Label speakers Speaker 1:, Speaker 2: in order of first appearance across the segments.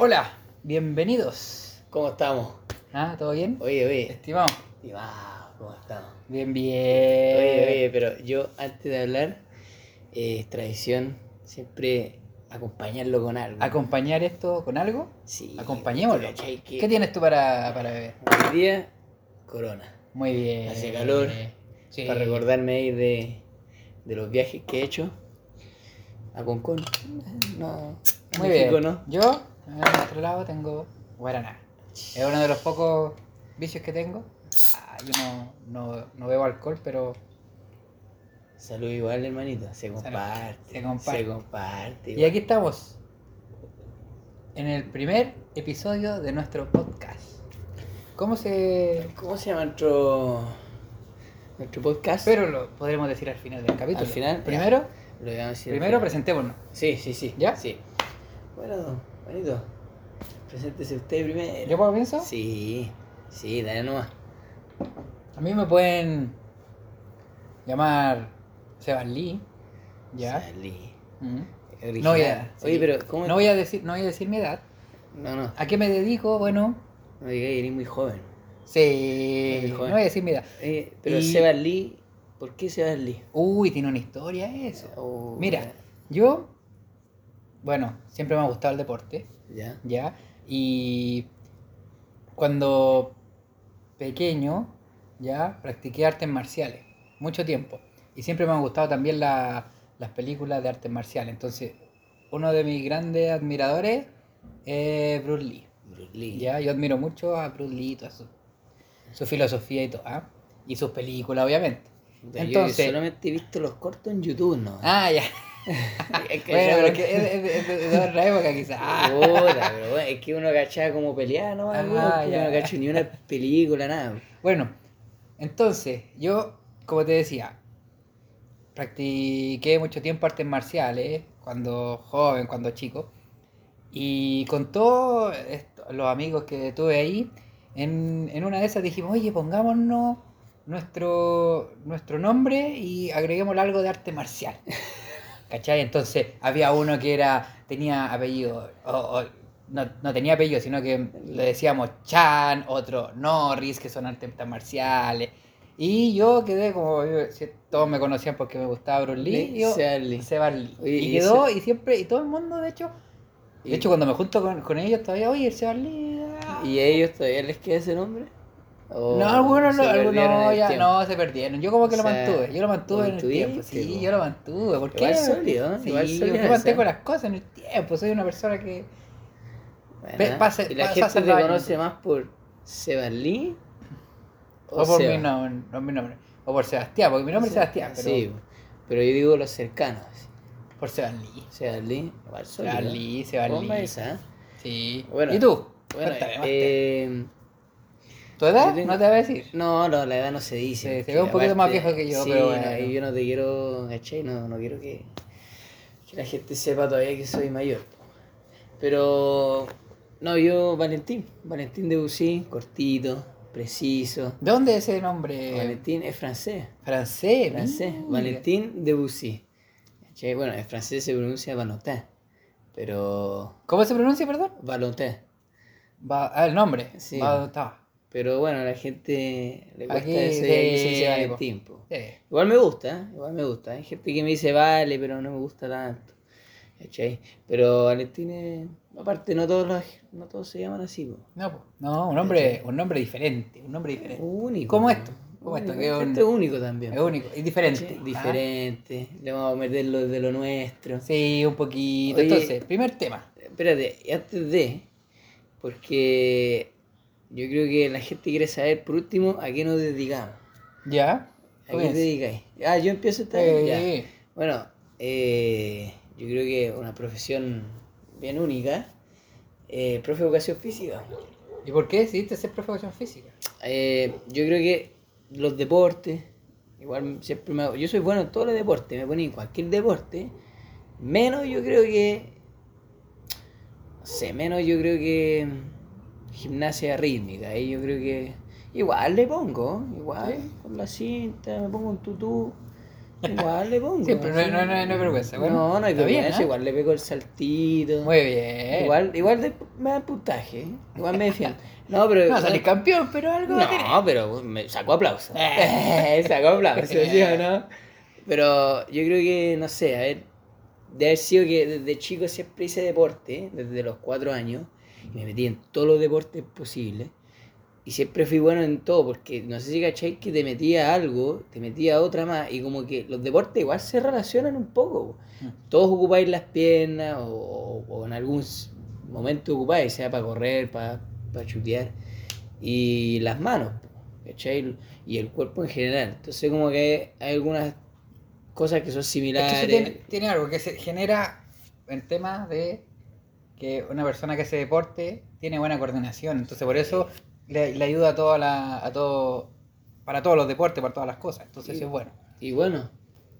Speaker 1: Hola, bienvenidos.
Speaker 2: ¿Cómo estamos?
Speaker 1: ¿Ah, ¿Todo bien?
Speaker 2: Oye, oye.
Speaker 1: Estimado.
Speaker 2: Y va, ¿cómo estamos?
Speaker 1: Bien,
Speaker 2: Oye,
Speaker 1: bien.
Speaker 2: oye, pero yo antes de hablar, eh, es tradición siempre acompañarlo con algo.
Speaker 1: ¿Acompañar esto con algo?
Speaker 2: sí,
Speaker 1: acompañémoslo.
Speaker 2: ¿cachai? Que
Speaker 1: ¿Qué tienes tú para, para beber?
Speaker 2: Hoy día, corona.
Speaker 1: Muy bien.
Speaker 2: Hace calor.
Speaker 1: Sí.
Speaker 2: Para recordarme ahí de, de los viajes que he hecho a Concón. No, a
Speaker 1: Muy
Speaker 2: México,
Speaker 1: bien.
Speaker 2: ¿no?
Speaker 1: Yo, a otro lado, tengo guaraná. Es uno de los pocos vicios que tengo. Ah, yo no, no, no bebo alcohol, pero
Speaker 2: Salud igual, hermanito. Se
Speaker 1: Salud.
Speaker 2: comparte.
Speaker 1: Se comparte.
Speaker 2: Se comparte.
Speaker 1: Y aquí estamos, en el primer episodio de nuestro podcast. ¿Cómo se...?
Speaker 2: ¿Cómo se llama nuestro, nuestro podcast?
Speaker 1: Pero lo podremos decir al final del capítulo.
Speaker 2: Al final, ya.
Speaker 1: Primero,
Speaker 2: Lo vamos a decir al
Speaker 1: primero
Speaker 2: final.
Speaker 1: presentémonos.
Speaker 2: Sí, sí, sí.
Speaker 1: ¿Ya?
Speaker 2: Sí. Bueno, bonito. Preséntese usted primero.
Speaker 1: ¿Yo puedo pienso?
Speaker 2: Sí, sí, dale nomás.
Speaker 1: A mí me pueden llamar Sebastián Lee, ¿ya?
Speaker 2: Salí.
Speaker 1: Mm.
Speaker 2: Original.
Speaker 1: No voy a...
Speaker 2: Oye,
Speaker 1: sí.
Speaker 2: pero ¿cómo?
Speaker 1: No voy a decir, no voy a decir mi edad.
Speaker 2: no, no,
Speaker 1: ¿A qué me dedico? Bueno,
Speaker 2: no digas, eres muy joven.
Speaker 1: sí,
Speaker 2: Muy
Speaker 1: no
Speaker 2: joven.
Speaker 1: voy a decir mi edad.
Speaker 2: Eh, pero
Speaker 1: Y-
Speaker 2: Sebas Lee, ¿por qué Sebas Lee?
Speaker 1: Uy, tiene una historia eso.
Speaker 2: Oh,
Speaker 1: Mira, yo, bueno, siempre me ha gustado el deporte,
Speaker 2: Ya,
Speaker 1: ¿ya? Y cuando pequeño, ¿ya? Practiqué artes marciales, mucho tiempo. Y siempre me han gustado también la- las películas de artes marciales. Entonces, uno de mis grandes admiradores es Bruce Lee.
Speaker 2: Bruce Lee.
Speaker 1: Ya, yo admiro mucho a Bruce Lee, toda su, su filosofía y todo, ¿ah? Y sus películas, obviamente.
Speaker 2: Puta, yo
Speaker 1: entonces-
Speaker 2: solamente he visto los cortos en YouTube, ¿no?
Speaker 1: Ah, ya.
Speaker 2: Es que
Speaker 1: Bueno,
Speaker 2: ya-
Speaker 1: pero que es, es- es de- es de otra época quizás. Ah,
Speaker 2: Puta, pero bueno, es que uno cachaba como peleaba, ¿no?
Speaker 1: Ah,
Speaker 2: weón,
Speaker 1: ya.
Speaker 2: que Yo no cacho ni una película, nada.
Speaker 1: Bueno, entonces, yo, como te decía, practiqué mucho tiempo artes marciales, cuando joven, cuando chico, y con todos esto- los amigos que tuve ahí, en, en una de esas dijimos, oye, pongámonos nuestro, nuestro nombre y agreguemos algo de arte marcial. ¿Cachai? Entonces, había uno que era, tenía apellido, o, o- no, no tenía apellido, sino que le decíamos Chan, otro Norris, que son artistas marciales. Y yo quedé como, yo- si- todos me conocían porque me gustaba Bruce Lee, y yo,
Speaker 2: Sebas Lee.
Speaker 1: Sebas Lee.
Speaker 2: Oye,
Speaker 1: Y
Speaker 2: y
Speaker 1: quedó, y siempre, y todo el mundo, de hecho, de
Speaker 2: Y-
Speaker 1: hecho cuando me junto con, con ellos todavía, oye, el Sebas Lee. ah".
Speaker 2: ¿Y a ellos todavía les queda ese nombre? ¿O
Speaker 1: No, algunos,
Speaker 2: se
Speaker 1: lo- algunos
Speaker 2: perdieron en el
Speaker 1: ya
Speaker 2: tiempo?
Speaker 1: no se perdieron. Yo como que
Speaker 2: O
Speaker 1: lo
Speaker 2: sea,
Speaker 1: mantuve, yo lo mantuve
Speaker 2: lo
Speaker 1: en el tiempo.
Speaker 2: mantuviste,
Speaker 1: Sí,
Speaker 2: po.
Speaker 1: yo lo mantuve. ¿Por qué?
Speaker 2: Igual sólido, ¿eh?
Speaker 1: Sí,
Speaker 2: Igual sólido
Speaker 1: yo mantengo
Speaker 2: esa.
Speaker 1: las cosas en el tiempo. Soy una persona que.
Speaker 2: Bueno,
Speaker 1: Ve- pase-
Speaker 2: ¿Y la
Speaker 1: pase-
Speaker 2: gente
Speaker 1: pase
Speaker 2: te
Speaker 1: el baño.
Speaker 2: conoce más por Sebas Lee?
Speaker 1: O, por
Speaker 2: Seba?
Speaker 1: mi nombre, no mi nombre. O por Sebastián, porque mi nombre es
Speaker 2: Seba.
Speaker 1: Sebastián, pero
Speaker 2: Sí, pero yo digo los cercanos.
Speaker 1: por Sebastián.
Speaker 2: Sebas Lee, igual sólido.
Speaker 1: Sebastián, Sebastián.
Speaker 2: Bomba esa, ¿eh?
Speaker 1: Sí.
Speaker 2: Bueno,
Speaker 1: ¿Y tú?
Speaker 2: Bueno,
Speaker 1: Cuéntame, más te-
Speaker 2: eh,
Speaker 1: ¿Tu edad?
Speaker 2: yo tengo-
Speaker 1: No te voy a decir.
Speaker 2: no, no, la edad no se
Speaker 1: Sí, se
Speaker 2: dice. porque
Speaker 1: ve un poquito más
Speaker 2: aparte-
Speaker 1: viejo que yo,
Speaker 2: sí,
Speaker 1: pero
Speaker 2: no,
Speaker 1: bueno.
Speaker 2: y yo no te quiero, ¿cachai? No, no quiero que, que la gente sepa todavía que soy mayor. Pero, no, yo, Valentín, Valentín de Bussy, cortito, preciso.
Speaker 1: ¿De dónde es ese nombre?
Speaker 2: Valentín es francés,
Speaker 1: Francés.
Speaker 2: francés,
Speaker 1: mira.
Speaker 2: Valentín de Bussy. ¿Cachai? Bueno, en francés se pronuncia Valentin, pero...
Speaker 1: ¿Cómo se pronuncia, perdón?
Speaker 2: Valentin.
Speaker 1: Va, ah, el nombre.
Speaker 2: Sí.
Speaker 1: Va, está.
Speaker 2: Pero bueno, a la gente le cuesta
Speaker 1: Aquí
Speaker 2: eso y
Speaker 1: se-
Speaker 2: ahí se dice Valentín, po.
Speaker 1: Sí.
Speaker 2: Igual me gusta, ¿eh? igual me gusta. Hay gente que me dice vale, pero no me gusta tanto. ¿Cachai? Pero Valentín es... Aparte, no todos, los, no todos se llaman así, po.
Speaker 1: No, po. no, un nombre, un nombre diferente, un nombre diferente.
Speaker 2: Único.
Speaker 1: ¿Cómo
Speaker 2: po.
Speaker 1: esto? ¿Cómo esto?
Speaker 2: Único.
Speaker 1: Que es un-
Speaker 2: Este es único también.
Speaker 1: Es
Speaker 2: po.
Speaker 1: único, es diferente.
Speaker 2: ¿Cachai?
Speaker 1: ¿ah?
Speaker 2: Diferente. Le vamos a meter lo de lo nuestro.
Speaker 1: Sí, un poquito.
Speaker 2: Oye.
Speaker 1: Entonces, primer tema.
Speaker 2: Espérate, y antes de... Porque yo creo que la gente quiere saber, por último, a qué nos dedicamos.
Speaker 1: ¿Ya?
Speaker 2: ¿A qué te
Speaker 1: Comienza.
Speaker 2: dedicáis? Ah, yo empiezo esta ya.
Speaker 1: Eh,
Speaker 2: Bueno, eh, yo creo que una profesión bien única. Eh, profe de educación física.
Speaker 1: ¿Y por qué decidiste ser profe de educación física?
Speaker 2: Eh, yo creo que los deportes, igual siempre me hago- Yo soy bueno en todos los deportes, me ponen en cualquier deporte. Menos yo creo que. No sé, menos yo creo que. mm, Gimnasia rítmica. Ahí yo creo que. Igual le pongo, igual,
Speaker 1: Sí.
Speaker 2: con la cinta, me pongo un tutú. Igual le pongo.
Speaker 1: Sí, pero no,
Speaker 2: así.
Speaker 1: no, no, no hay vergüenza. Bueno,
Speaker 2: no, no hay
Speaker 1: está bien,
Speaker 2: vergüenza,
Speaker 1: ¿ah?
Speaker 2: igual le pego el saltito.
Speaker 1: Muy bien.
Speaker 2: Igual, igual de- me da puntaje, ¿eh? igual me defiendo. No, pero.
Speaker 1: No salí campeón, pero algo va a tener.
Speaker 2: eh. No, pero uh, me sacó aplauso. Eh, sacó aplauso, ¿sí o no? Pero yo creo que, no sé, a ver, de haber sido que desde chico siempre hice deporte, ¿eh? desde los cuatro años, y me metí en todos los deportes posibles. Y siempre fui bueno en todo, porque no sé si cacháis que te metía a algo, te metía a otra más, y como que los deportes igual se relacionan un poco. po. Todos ocupáis las piernas, o, o- o en algún s- momento ocupáis, sea para correr, para, para chutear, y las manos, po, ¿cachai? Y el cuerpo en general. Entonces, como que hay algunas cosas que son
Speaker 1: Es
Speaker 2: similares.
Speaker 1: que eso tiene, tiene algo que se genera en temas de que una persona que hace deporte tiene buena coordinación. Entonces, por eso le, le ayuda a, toda la, a todo, para todos los deportes, para todas las cosas. Entonces,
Speaker 2: Sí.
Speaker 1: sí es bueno.
Speaker 2: Y bueno,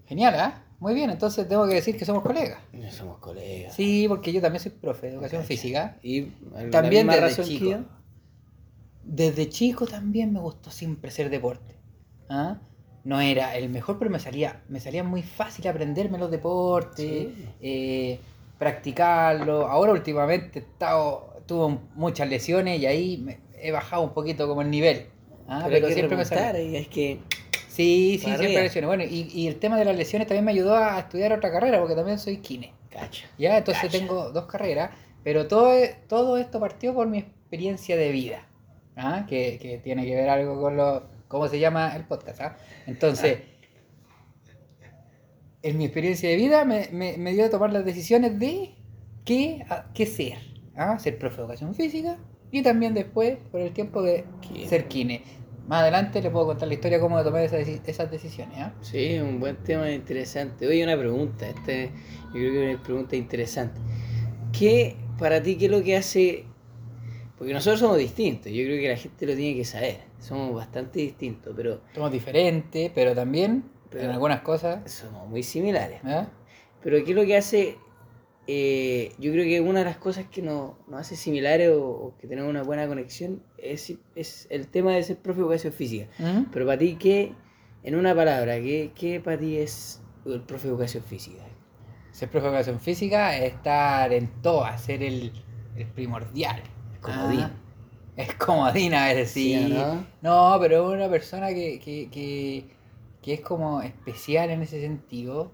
Speaker 1: Genial, ¿ah? Muy bien, entonces tengo que decir que somos colegas.
Speaker 2: no somos colegas.
Speaker 1: Sí, porque yo también soy profe de educación
Speaker 2: Cacha.
Speaker 1: física.
Speaker 2: Y
Speaker 1: También
Speaker 2: de
Speaker 1: desde chico. Desde chico también me gustó siempre hacer deporte. ¿ah? No era el mejor, pero me salía, me salía muy fácil aprenderme los deportes,
Speaker 2: Sí.
Speaker 1: eh, practicarlo. Ahora últimamente he estado, tuve muchas lesiones y ahí me- he bajado un poquito como el nivel. ¿ah? Pero,
Speaker 2: pero, hay que
Speaker 1: siempre me salía.
Speaker 2: remontar, y es que
Speaker 1: Sí, sí,
Speaker 2: Para
Speaker 1: siempre
Speaker 2: arriba.
Speaker 1: lesiones. Bueno, y, y el tema de las lesiones también me ayudó a estudiar otra carrera, porque también soy kine.
Speaker 2: cacha.
Speaker 1: Ya, entonces
Speaker 2: Cacha.
Speaker 1: tengo dos carreras, pero todo, e- todo esto partió por mi experiencia de vida, ¿ah? que, que tiene que ver algo con lo, cómo se llama el podcast. ¿ah? Entonces,
Speaker 2: Ah.
Speaker 1: en mi experiencia de vida me, me- me dio a tomar las decisiones de qué, a- qué ser, ¿ah? ser profe de educación física y también después por el tiempo de
Speaker 2: Kine.
Speaker 1: ser kine. Más adelante les puedo contar la historia cómo tomé esas, deci- esas decisiones. ¿ah?
Speaker 2: Sí, es un buen tema interesante. Oye, una pregunta, este, yo creo que es una pregunta interesante. ¿Qué para ti qué es lo que hace? Porque nosotros somos distintos, yo creo que la gente lo tiene que saber. Somos bastante distintos, pero
Speaker 1: Somos diferentes, pero también en
Speaker 2: Pero-
Speaker 1: algunas cosas.
Speaker 2: somos muy similares.
Speaker 1: ¿ah?
Speaker 2: Pero ¿qué es lo que hace? eh, yo creo que una de las cosas que nos, nos hace similares o, o que tenemos una buena conexión es, es el tema de ser profe de educación física.
Speaker 1: ¿Mm?
Speaker 2: Pero para ti, ¿qué, en una palabra, qué, qué para ti es el profe de educación física?
Speaker 1: Ser profe de educación física es estar en todas, ser el, el primordial.
Speaker 2: Comodín.
Speaker 1: Ah, es comodín a veces, sí.
Speaker 2: Sí,
Speaker 1: ¿no?
Speaker 2: ¿no?
Speaker 1: pero es una persona que, que, que, que es como especial en ese sentido.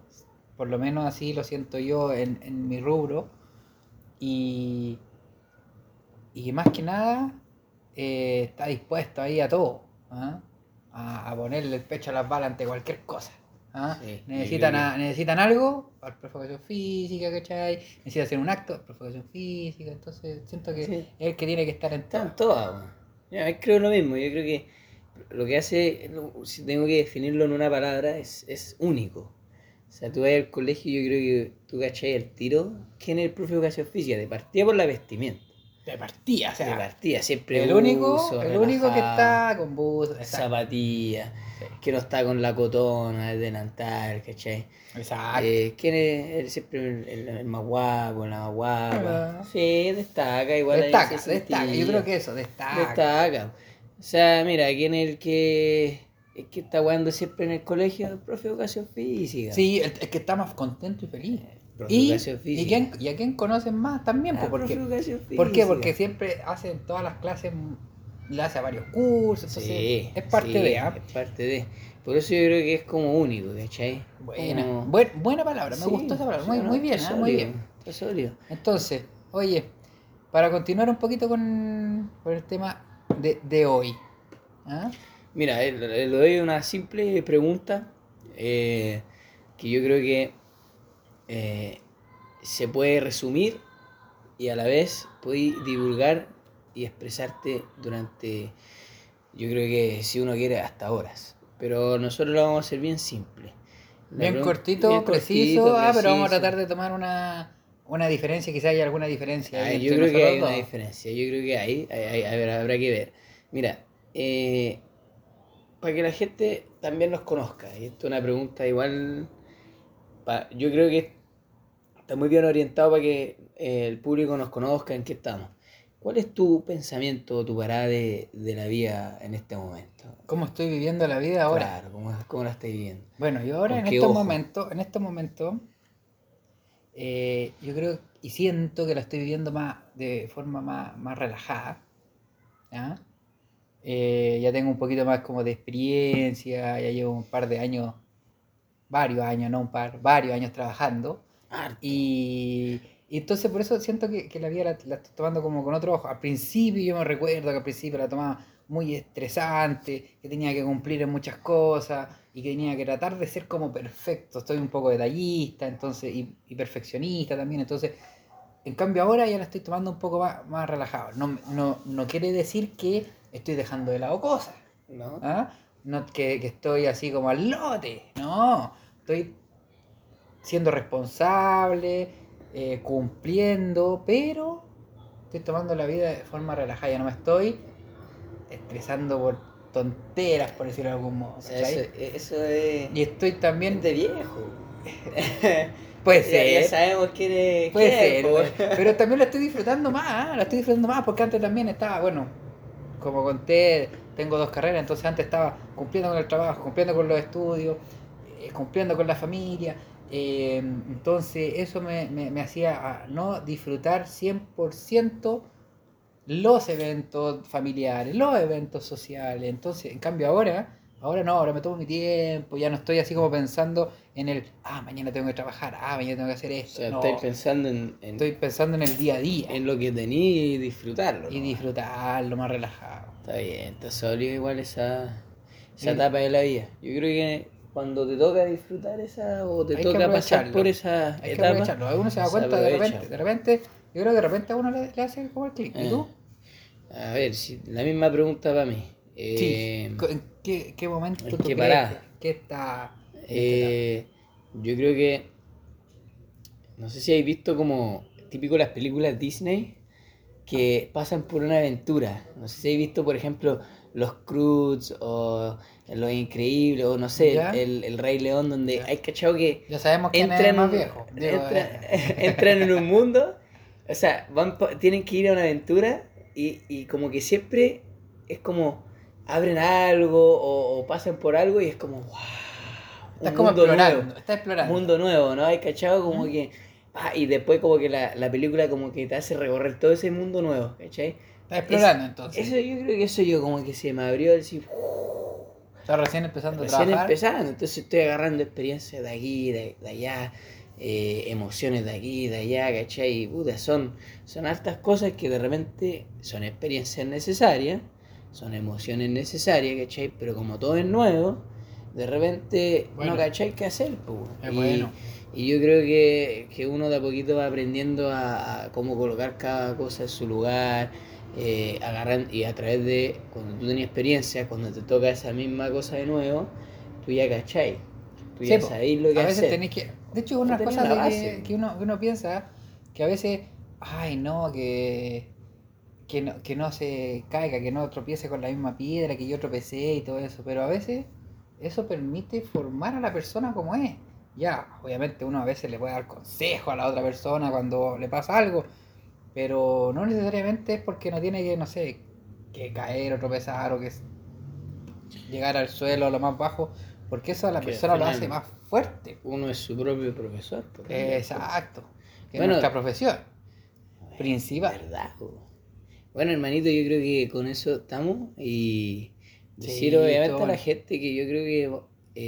Speaker 1: Por lo menos así lo siento yo en, en mi rubro. Y, y más que nada, eh, está dispuesto ahí a todo. ¿ah? A, a ponerle el pecho a las balas ante cualquier cosa. ¿ah?
Speaker 2: Sí, yo
Speaker 1: necesitan,
Speaker 2: creo
Speaker 1: a- necesitan algo, al provocación física, ¿cachai? Necesita hacer un acto, provocación física. Entonces siento que
Speaker 2: Sí.
Speaker 1: es el que tiene que estar en todo.
Speaker 2: Están todas, weón. Ya, yo creo lo mismo, yo creo que lo que hace, lo- si tengo que definirlo en una palabra, es, es único. O sea, tú vas al colegio y yo creo que tú cachai el tiro. ¿Quién es el profe de educación física? Te partía por la vestimenta.
Speaker 1: De partida, o
Speaker 2: te partía siempre.
Speaker 1: el único,
Speaker 2: buzo,
Speaker 1: el único que
Speaker 2: relajado,
Speaker 1: está con bus. Exacto.
Speaker 2: Zapatilla.
Speaker 1: Sí.
Speaker 2: Que no está con la cotona, el delantal, ¿cachai?
Speaker 1: Exacto.
Speaker 2: Eh, ¿Quién es el, siempre el, el- el más guapo, la más guapa?
Speaker 1: Ah.
Speaker 2: Sí, destaca igual. ahí en
Speaker 1: destaca,
Speaker 2: ese
Speaker 1: destaca. Yo
Speaker 2: sentido.
Speaker 1: creo que eso, destaca.
Speaker 2: Destaca. O sea, mira, ¿quién es el que, el que está jugando siempre en el colegio? El profe de educación física.
Speaker 1: Sí, el, el que está más contento y feliz.
Speaker 2: Profe de
Speaker 1: Y,
Speaker 2: educación física.
Speaker 1: y, quién- y a quién conocen más también, pues,
Speaker 2: Ah,
Speaker 1: porque
Speaker 2: profe de educación
Speaker 1: ¿Por qué?
Speaker 2: física.
Speaker 1: Porque siempre hacen todas las clases, le hace a varios cursos, entonces
Speaker 2: Sí,
Speaker 1: es parte
Speaker 2: sí,
Speaker 1: de, ¿ah?
Speaker 2: Es parte de. Por eso yo creo que es como único, ¿cachai?
Speaker 1: Buena,
Speaker 2: Como-
Speaker 1: buen- buena palabra, me
Speaker 2: Sí,
Speaker 1: gustó esa palabra,
Speaker 2: sí,
Speaker 1: muy,
Speaker 2: ¿no?
Speaker 1: muy bien,
Speaker 2: Está
Speaker 1: ¿ah? muy
Speaker 2: sólido,
Speaker 1: bien.
Speaker 2: está sólido.
Speaker 1: Entonces, oye, para continuar un poquito con, con el tema de, de hoy, ¿ah?
Speaker 2: Mira, eh, le le doy una simple pregunta eh, que yo creo que eh, se puede resumir y a la vez puedes divulgar y expresarte durante, yo creo que si uno quiere, hasta horas. Pero nosotros lo vamos a hacer bien simple. La
Speaker 1: bien
Speaker 2: pregun-
Speaker 1: cortito,
Speaker 2: bien
Speaker 1: preciso,
Speaker 2: cortito,
Speaker 1: ah, pero vamos a
Speaker 2: preciso.
Speaker 1: tratar de tomar una, una diferencia, quizá hay alguna diferencia. ahí
Speaker 2: Ah, yo
Speaker 1: entre
Speaker 2: creo que
Speaker 1: nosotros
Speaker 2: hay una
Speaker 1: dos.
Speaker 2: diferencia, yo creo que hay, hay- hay- a ver, habrá que ver. Mira, eh, para que la gente también nos conozca, y esto es una pregunta igual, pa- yo creo que está muy bien orientado para que eh, el público nos conozca en qué estamos. ¿Cuál es tu pensamiento, tu parada de, de la vida en este momento?
Speaker 1: ¿Cómo estoy viviendo la vida ahora?
Speaker 2: Claro, ¿cómo, cómo la estás viviendo?
Speaker 1: Bueno, y ahora
Speaker 2: ¿Con
Speaker 1: en
Speaker 2: qué
Speaker 1: estos
Speaker 2: ojo?
Speaker 1: momentos, en estos momentos, eh, yo creo y siento que la estoy viviendo más de forma más, más relajada. ¿ya? Eh, ya tengo un poquito más como de experiencia, ya llevo un par de años, varios años, no un par, varios años trabajando.
Speaker 2: Harto.
Speaker 1: Y, y entonces por eso siento que, que la vida la, la estoy tomando como con otro ojo. Al principio yo me recuerdo que al principio la tomaba muy estresante, que tenía que cumplir en muchas cosas y que tenía que tratar de ser como perfecto. Estoy un poco detallista entonces y, y perfeccionista también. Entonces, en cambio ahora ya la estoy tomando un poco más, más relajado. No, no, no quiere decir que estoy dejando de lado cosas.
Speaker 2: ¿No?
Speaker 1: ¿Ah? No, que, que estoy así como al lote, no, estoy siendo responsable, eh, cumpliendo, pero estoy tomando la vida de forma relajada, ya no me estoy estresando por tonteras, por decirlo de algún modo.
Speaker 2: O sea,
Speaker 1: ¿cachai?
Speaker 2: eso, eso es,
Speaker 1: Y estoy también,
Speaker 2: es de viejo.
Speaker 1: puede
Speaker 2: ya, Este, ya
Speaker 1: ser,
Speaker 2: sabemos quién es. pues.
Speaker 1: puede
Speaker 2: quién es,
Speaker 1: ser,
Speaker 2: po.
Speaker 1: pero- pero también la estoy disfrutando más, ¿ah? la estoy disfrutando más, porque antes también estaba, bueno, como conté, tengo dos carreras, entonces antes estaba cumpliendo con el trabajo, cumpliendo con los estudios, eh, cumpliendo con la familia. eh, entonces eso me, me- me hacía ah, no disfrutar 100% los eventos familiares, los eventos sociales. Entonces, en cambio ahora, ahora no, ahora me tomo mi tiempo, ya no estoy así como pensando en el, ah, mañana tengo que trabajar, ah, mañana tengo que hacer
Speaker 2: O
Speaker 1: esto.
Speaker 2: sea,
Speaker 1: no,
Speaker 2: estáis pensando en, en,
Speaker 1: estoy pensando en el día a día
Speaker 2: en lo que tenéis y disfrutarlo.
Speaker 1: y
Speaker 2: ¿no?
Speaker 1: disfrutarlo más relajado.
Speaker 2: Está bien, está sólido igual esa, esa
Speaker 1: Mm.
Speaker 2: etapa de la vida. Yo creo que cuando te toca disfrutar esa o te
Speaker 1: Hay que
Speaker 2: toca pasar
Speaker 1: aprovecharlo.
Speaker 2: por esa
Speaker 1: Hay que
Speaker 2: etapa.
Speaker 1: aprovecharlo. Uno se da
Speaker 2: se
Speaker 1: cuenta de
Speaker 2: aprovecha.
Speaker 1: repente, de repente, yo creo que de repente a uno le, le hace como el clic. ¿Y
Speaker 2: Eh,
Speaker 1: tú?
Speaker 2: A ver, si, la misma pregunta para mí. Eh,
Speaker 1: Co- ¿En qué, qué momento
Speaker 2: ¿en
Speaker 1: tú
Speaker 2: qué
Speaker 1: crees
Speaker 2: parada?
Speaker 1: que está? en esta
Speaker 2: eh, yo creo que. No sé si habéis visto como típico las películas Disney que pasan por una aventura. No sé si habéis visto, por ejemplo, Los Croods o Los Increíbles o no sé,
Speaker 1: Ya.
Speaker 2: el, el Rey León, donde
Speaker 1: Ya.
Speaker 2: hay cachado que.
Speaker 1: etapa? Ya sabemos quién
Speaker 2: entran,
Speaker 1: es más viejo. Digo,
Speaker 2: entra-
Speaker 1: eh,
Speaker 2: entran en un mundo, o sea, van po- tienen que ir a una aventura y, y como que siempre es como abren algo o, o pasan por algo y es como wow.
Speaker 1: estás como explorando, estás explorando.
Speaker 2: nuevo, mundo nuevo, ¿no? Hay cachado como
Speaker 1: Ujú.
Speaker 2: que ah, y después como que la, la película como que te hace recorrer todo ese mundo nuevo, ¿cachai?
Speaker 1: estás explorando entonces.
Speaker 2: Eso yo creo que eso yo como que se me abrió el decir,
Speaker 1: Estás recién empezando a
Speaker 2: Recién
Speaker 1: trabajar.
Speaker 2: empezando, entonces estoy agarrando experiencias de aquí, de, de allá, eh, emociones de aquí, de allá, ¿cachai? Y, puta, son, son hartas cosas que de repente son experiencias necesarias, son emociones necesarias, ¿cachai? Pero como todo es nuevo, de repente
Speaker 1: Bueno.
Speaker 2: no cachai qué hacer, pues.
Speaker 1: Es
Speaker 2: Y-
Speaker 1: bueno.
Speaker 2: y yo creo que, que uno de a poquito va aprendiendo a, a cómo colocar cada cosa en su lugar, eh, agarran, y a través de cuando tú tenías experiencia, cuando te toca esa misma cosa de nuevo, tú ya cachai, tú
Speaker 1: Sí,
Speaker 2: ya
Speaker 1: po.
Speaker 2: sabéis lo que
Speaker 1: a veces
Speaker 2: hacer.
Speaker 1: tenés que. De hecho, una
Speaker 2: tenés
Speaker 1: cosa
Speaker 2: la
Speaker 1: de
Speaker 2: base.
Speaker 1: que, que uno, que uno piensa que a veces, ay, no, que, que, no, que no se caiga, que no tropiece con la misma piedra, que yo tropecé y todo eso, pero a veces eso permite formar a la persona como es. Ya, obviamente uno a veces le puede dar consejo a la otra persona cuando le pasa algo, pero no necesariamente es porque no tiene que, no sé, que caer o tropezar o que s- llegar al suelo lo más bajo, porque eso a la
Speaker 2: Que
Speaker 1: persona lo
Speaker 2: al final-
Speaker 1: hace más fuerte.
Speaker 2: Uno es su propio profesor. po, también, po.
Speaker 1: Exacto. Que
Speaker 2: Bueno.
Speaker 1: es nuestra profesión. Principal.
Speaker 2: ¿Verdad? po. Bueno, hermanito, yo creo que con eso estamos y
Speaker 1: Sí,
Speaker 2: decir obviamente
Speaker 1: todo
Speaker 2: a la
Speaker 1: bueno.
Speaker 2: gente que yo creo que...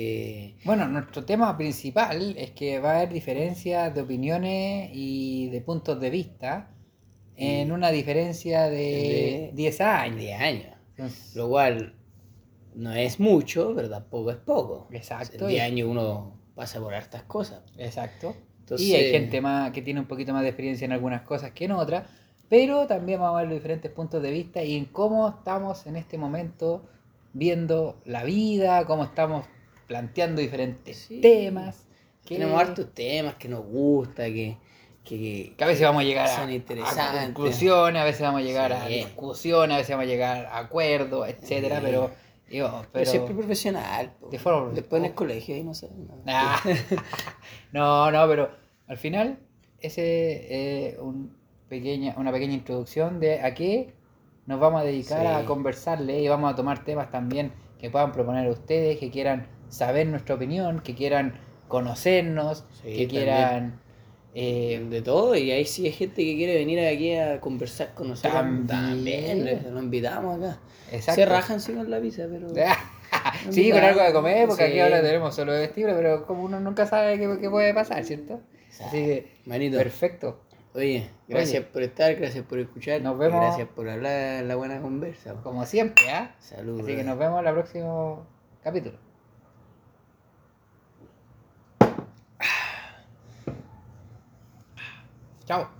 Speaker 2: eh,
Speaker 1: Bueno, nuestro tema principal es que va a haber diferencias de opiniones y de puntos de vista en
Speaker 2: Y-
Speaker 1: una diferencia de
Speaker 2: de-
Speaker 1: 10 años.
Speaker 2: 10 años.
Speaker 1: Entonces,
Speaker 2: Lo cual no es mucho, pero tampoco es poco.
Speaker 1: Exacto.
Speaker 2: En 10 años uno pasa por hartas cosas.
Speaker 1: Exacto.
Speaker 2: Entonces,
Speaker 1: y hay gente más que tiene un poquito más de experiencia en algunas cosas que en otras, pero también vamos a ver los diferentes puntos de vista y en cómo estamos en este momento viendo la vida, cómo estamos planteando diferentes
Speaker 2: Sí.
Speaker 1: temas.
Speaker 2: Tenemos hartos temas que nos gusta, que, que,
Speaker 1: Que a veces vamos a llegar
Speaker 2: Son
Speaker 1: a,
Speaker 2: interesantes.
Speaker 1: a conclusiones, a veces vamos a llegar a
Speaker 2: Sí.
Speaker 1: discusiones, a veces vamos a llegar a acuerdos, etcétera,
Speaker 2: Sí.
Speaker 1: pero, digo,
Speaker 2: pero
Speaker 1: pero-
Speaker 2: siempre profesional. po.
Speaker 1: De forma
Speaker 2: Después en el
Speaker 1: profesional.
Speaker 2: colegio, ahí no sé. no.
Speaker 1: Ah, no, no, pero al final ese eh, un- pequeña, una pequeña introducción de a qué nos vamos a dedicar
Speaker 2: Sí.
Speaker 1: a conversarle y vamos a tomar temas también que puedan proponer ustedes, que quieran saber nuestra opinión, que quieran conocernos,
Speaker 2: Sí,
Speaker 1: que
Speaker 2: también.
Speaker 1: quieran... eh,
Speaker 2: de todo, y ahí sí hay gente que quiere venir aquí a conversar con nosotros.
Speaker 1: También.
Speaker 2: lo- lo invitamos acá.
Speaker 1: exacto. Ah,
Speaker 2: Se rajan sí con la pizza, pero.
Speaker 1: sí, con algo de comer, porque aquí
Speaker 2: Sí.
Speaker 1: ahora tenemos solo de vestir, pero como uno nunca sabe qué, qué puede pasar, ¿cierto? Así que,
Speaker 2: Manito,
Speaker 1: perfecto.
Speaker 2: oye, gracias por estar, gracias por escuchar.
Speaker 1: Nos vemos.
Speaker 2: Gracias por hablar la buena conversa. po.
Speaker 1: Como siempre, ¿ah?
Speaker 2: Saludos. eh.
Speaker 1: Así que nos vemos en el próximo capítulo. Chao.